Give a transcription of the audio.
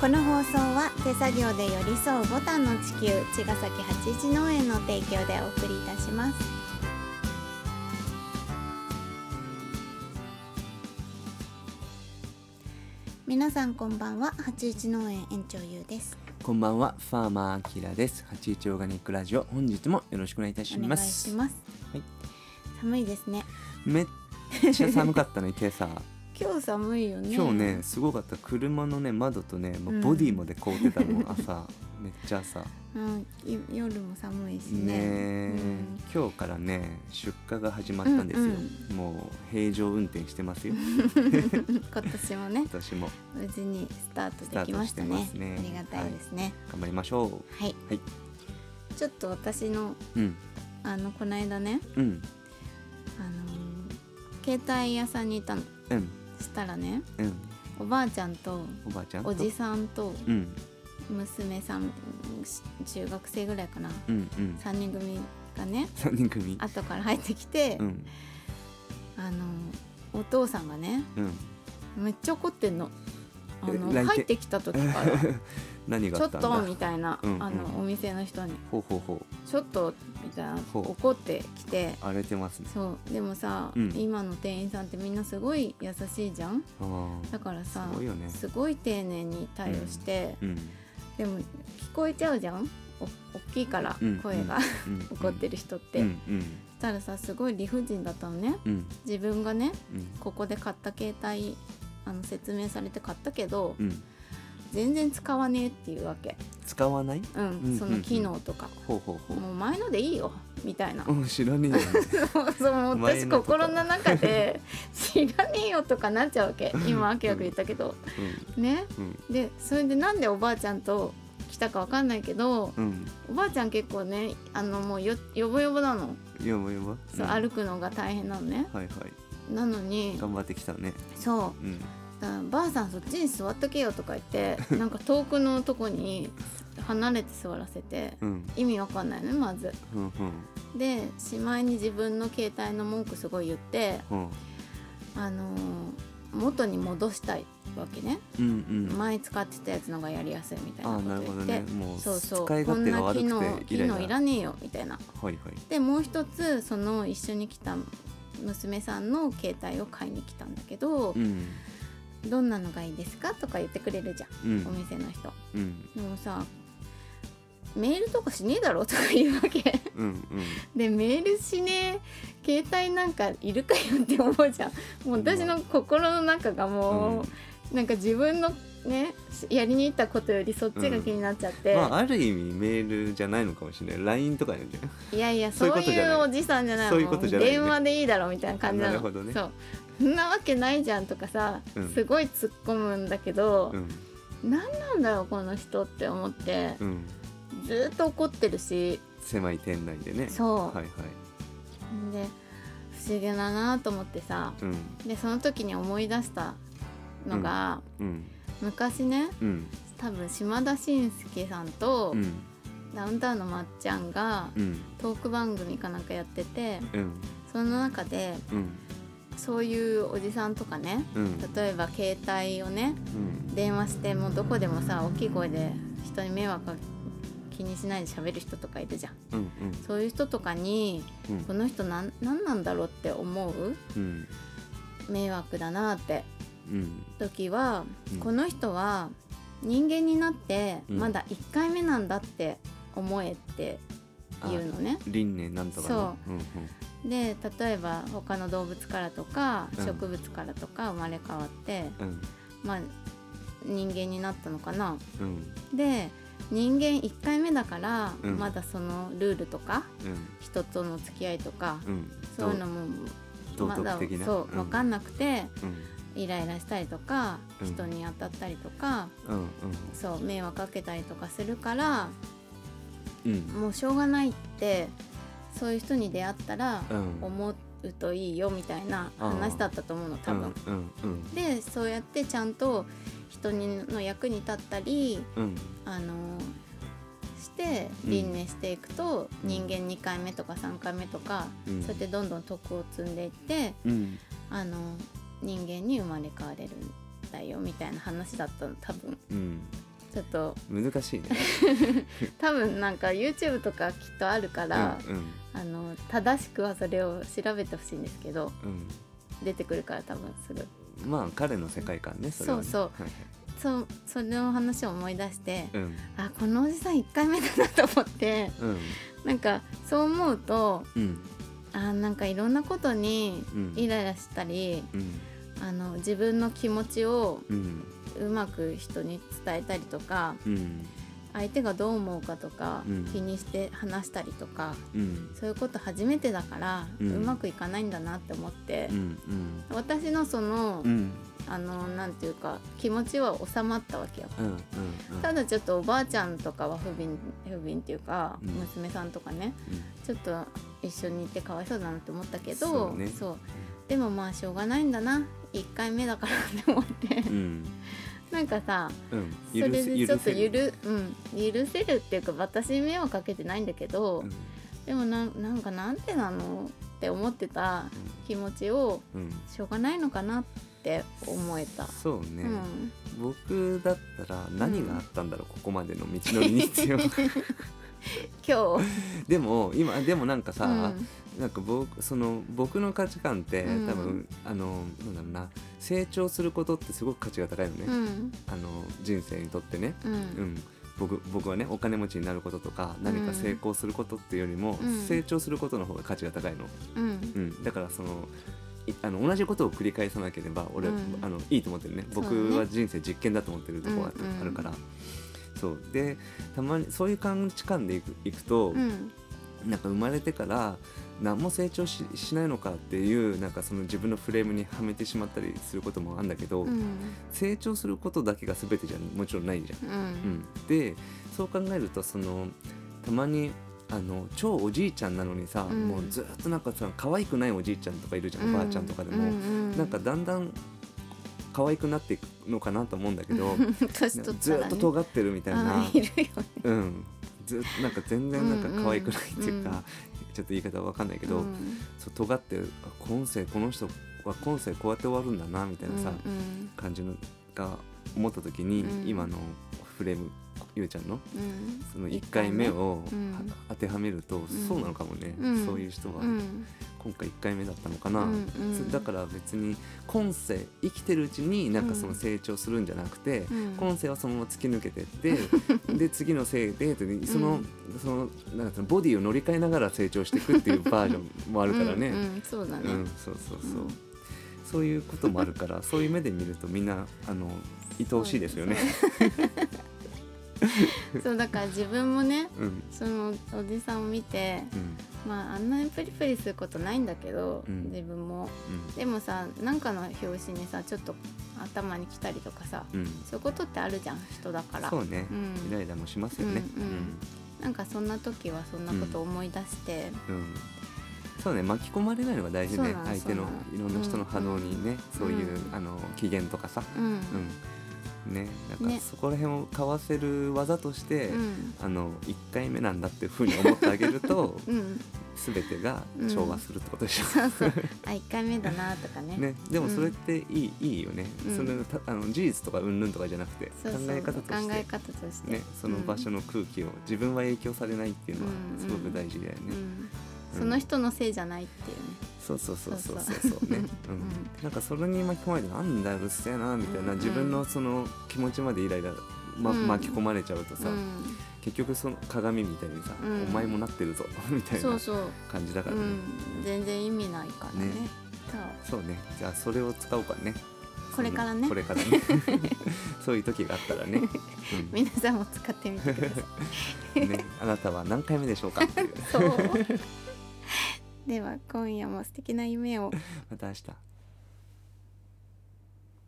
この放送は手作業で寄り添うボタンの地球茅ヶ崎八一農園の提供でお送りいたします皆さんこんばんは八一農園園長ゆうですこんばんは、ファーマーアキラです。八一オーガニックラジオ、本日もよろしくお願いいたしお願まいしす。ます、はい寒いですねめっちゃ寒かったね、今 朝。今日寒いよね今日ね、すごかった。車のね、窓とね、もううんボディまで凍ってた もん、朝。めっちゃ朝。ねうん、い夜も寒いしねえ、うん今日からね、出荷が始まったんですよ。うんもう平常運転して ますよ。今年もね私も無事にスタートできましたスタートしてまねすねありがたいですね頑張りましょはい、はいちょっと私のう。うん、あのこの間ね、うん、あのー携帯屋さんにいたのうん、したらねうん。おばあちゃんとおばあちゃんと。おじさんとうん、娘さんし中学生ぐらいかなうん、うん。 3人組がね三人組。後から入ってきて、うん、あのーお父さんがねうん。めっちゃ怒ってんのあのえ来店入ってきた時から何がちあょっった んだ。とみたいな、うんうんあのお店の人にほうほうほう。ちょっとみたいなほう怒ってきて荒れてますね。そうでもさ、うん今の店員さんってみんなすごい優しいじゃんああだからさすごいよねすごい丁寧に対応して、うんでも聞こえちゃうじゃんお大きいからうん声が、うん 怒ってる人って、うんうんそしたらさすごい理不尽だったのねうん自分がねうんここで買った携帯あの説明されて買ったけど、うん全然使わねえっていうわけ、使わないうんうんその機能とか、ほうほうほもう前のでいいよみたいなう。うん知らねえよねその私前のとか心の中で「知らねえよ」とかなっちゃうわけ今明らかに言ったけどねうんでそれでなんでおばあちゃんと来たかわかんないけどうんおばあちゃん結構ねあのもうよよぼよぼなのうんやばいやばそう、ん歩くのが大変なのねはいはいなのに頑張ってきたねそうんうだからばあさんそっちに座っとけよとか言 ってなんか遠くのとこに離れて座らせてうん意味わかんないのねまずうんうんでしまいに自分の携帯の文句すごい言ってうんあのー元に戻したいわけね、うんうん前使ってたやつのがやりやすいみたいなああこなとるほ言どって、ねもうそうそう使いこ勝ん手がな悪機能くて機イライラ能いらねえよみたいなはいはいでもう一つその一緒に来た娘さんの携帯を買いに来たんだけどう、んどんなのがいいですかとか言ってくれるじゃん、うおん店の人うんでもさメールとかしねえだろとか言うわけうんうんでメールしねえ携帯なんかいるかよって思うじゃんもう私の心の中がもう、なんか自分のねしやりに行ったことよりそっちが気になっちゃって、まあある意味メールじゃないのかもしれない LINE とかなんじゃないいやいやそそういううことじゃないいうおじさんじゃないそういうことじゃないねもう電話でいいだろみたいな感じなのなるほどねそうそんなわけないじゃんとかさ、うんすごい突っ込むんだけど、うん何なんだろうこの人って思って、うんずーっと怒ってるし狭い店内でねそう、はいはいで不思議だなと思ってさうんでその時に思い出したのが、うん昔ねうん多分島田紳介さんと、うんダウンタウンのまっちゃんがうんトーク番組かなんかやっててうんその中でうんそういうおじさんとかねうん例えば携帯をねうん電話してもうどこでもさ大きい声で人に迷惑か気にしないで喋る人とかいるじゃんうんそういう人とかにうんこの人なんなんなんだろうって思ううん迷惑だなってうん時は、うんこの人は人間になってうんまだ1回目なんだって思えって言うのね。輪廻なんとかそうんうんで例えば他の動物からとかうん植物からとか生まれ変わって、うんまあ人間になったのかな。うんで人間1回目だから、うんまだそのルールとかうん人との付き合いとか、うんそういうのも道ま道だ徳的なそう分かんなくて、うんイライラしたりとか、うん人に当たったりとか、うんそう迷惑かけたりとかするからうんうんもうしょうがないってそういう人に出会ったらうん思うといいよみたいな話だったと思うの多分。うんうんでそうやってちゃんと人にの役に立ったりうんあのしてうん輪廻していくと、うん人間2回目とか3回目とか、うんそうやってどんどん徳を積んでいってうんあの人間に生まれ変われるんだよみたいな話だったの多分。うんちょっと難しいね多分なんか YouTube とかきっとあるから、うんあの正しくはそれを調べてほしいんですけどうん、出てくるから多分すぐうん、まあ彼の世界観ねそれはねそうはいそうその話を思い出して、はい、うんあこのおじさん1回目だなと思って うんなんかそう思うとうんあなんかいろんなことにうんイライラしたり、うんあの自分の気持ちをうんうまく人に伝えたりとかうん相手がどう思うかとか、うん気にして話したりとかうんそういうこと初めてだから、ううんまくいかないんだなって思ってう、ん私のその、うんうんあのなんていうか気持ちは収まったわけよ。うんうんただちょっとおばあちゃんとかは不憫不憫っていうか、うん娘さんとかねうんちょっと一緒にいてかわいそうだなって思ったけどそうねそうでもまあしょうがないんだな1回目だからって思って うんなんかさうんそれ許せでちょっと許せゆるうん、許せるっていうか私に迷惑かけてないんだけど、うんでもなんなんかなんでなのって思ってた気持ちをうんうんしょうがないのかなって思えた。そうね、うん、僕だったら何があったんだろう、ここまでの道のりに必要今日、でも今でもなんかさ、うんなんか僕その僕の価値観って、うん多分あのなんだろうな成長することってすごく価値が高いよね、うんあの人生にとってね、ううんん、僕僕はねお金持ちになることとか何か成功することっていうよりも、うん成長することの方が価値が高いの、うんうん、だからそのいあの同じことを繰り返さなければ俺、うんあのいいと思ってるねそうだね僕は人生実験だと思ってるとこがあうんうんあるから。そうでたまにそういう価値観でいくいくうと、んなんか生まれてから何も成長ししないのかっていうなんかその自分のフレームにはめてしまったりすることもあるんだけど、うん成長することだけが全てじゃもちろんないじゃん。ううんん、でそう考えるとそのたまにあの超おじいちゃんなのにさ、うんもうずっとなんかさ可愛くないおじいちゃんとかいるじゃん、おばあちゃんとかでも、なんかだんだん可愛くなっていくのかなと思うんだけど、年取っずたっら、ね、と尖ってるみたいな。あいるよねうん、ずっとなんか全然なんか可愛くないっていうか、うんうんちょっと言い方わかんないけど、うんそう尖ってるあ今世この人は今世こうやって終わるんだなみたいなさ、うん感じのが思った時に、うん今のフレームゆうちゃんのうんその1回目一をうんは当てはめると、そうなのかもね、うんそういう人は回目うん今回1回目だったのかな、うんうんそれだから別に今世生きてるうちになんかその成長するんじゃなくて、うん今世はそのまま突き抜けてってで次のせいででその,、うんそのなんかそのボディを乗り換えながら成長していくっていうバージョンもあるからね。ううんんうんそうだね、そうそうそう、うんそういうこともあるからそういう目で見るとみんなあの愛おしいですよね。そうだから自分もねうんそのおじさんを見てうんまああんなにプリプリすることないんだけど、うん自分もでもさなんかの拍子にさちょっと頭に来たりとかさうんうんそういうことってあるじゃん人だからそうね、うんイライラもしますよね。うんなんかそんな時はそんなこと思い出して、うんうんそうね巻き込まれないのが大事ねそうなの相手のそうなのいろんな人の波動にね、んそういう、うんあの機嫌とかさ、うんうん、ねなんかねそこら辺をかわせる技として、うんあの1回目なんだっていうふうに思ってあげると うん、全てが調和するってことでしょ、そうそうあ1回目だなとかね ね、でもそれっていい,、いいよね、うんそのたあの事実とか云々とかじゃなくてそうそう考え方とし考えて、方としてね、その場所の、の空気を自分は影響されないっていうのはうんすごく大事だよね。うんその人のせいじゃないっていうねそうそうそうそうそそううそうね、うんうんなんかそれに巻き込まれてなんだようっせえなみたいな、うん自分のその気持ちまでイライラ、まうん巻き込まれちゃうとさ、うん結局その鏡みたいにさ、うんお前もなってるぞ みたいそなうそう、感じだかうらね、ん、全然意味ないからねねそうねじゃあそれを使おうかねそうこれからそのねこれか らねそういう時があったらね,、皆さんも使ってみてください うん、ねあなたは何回目でしょうかっていうそうでは今夜も素敵な夢をまた明日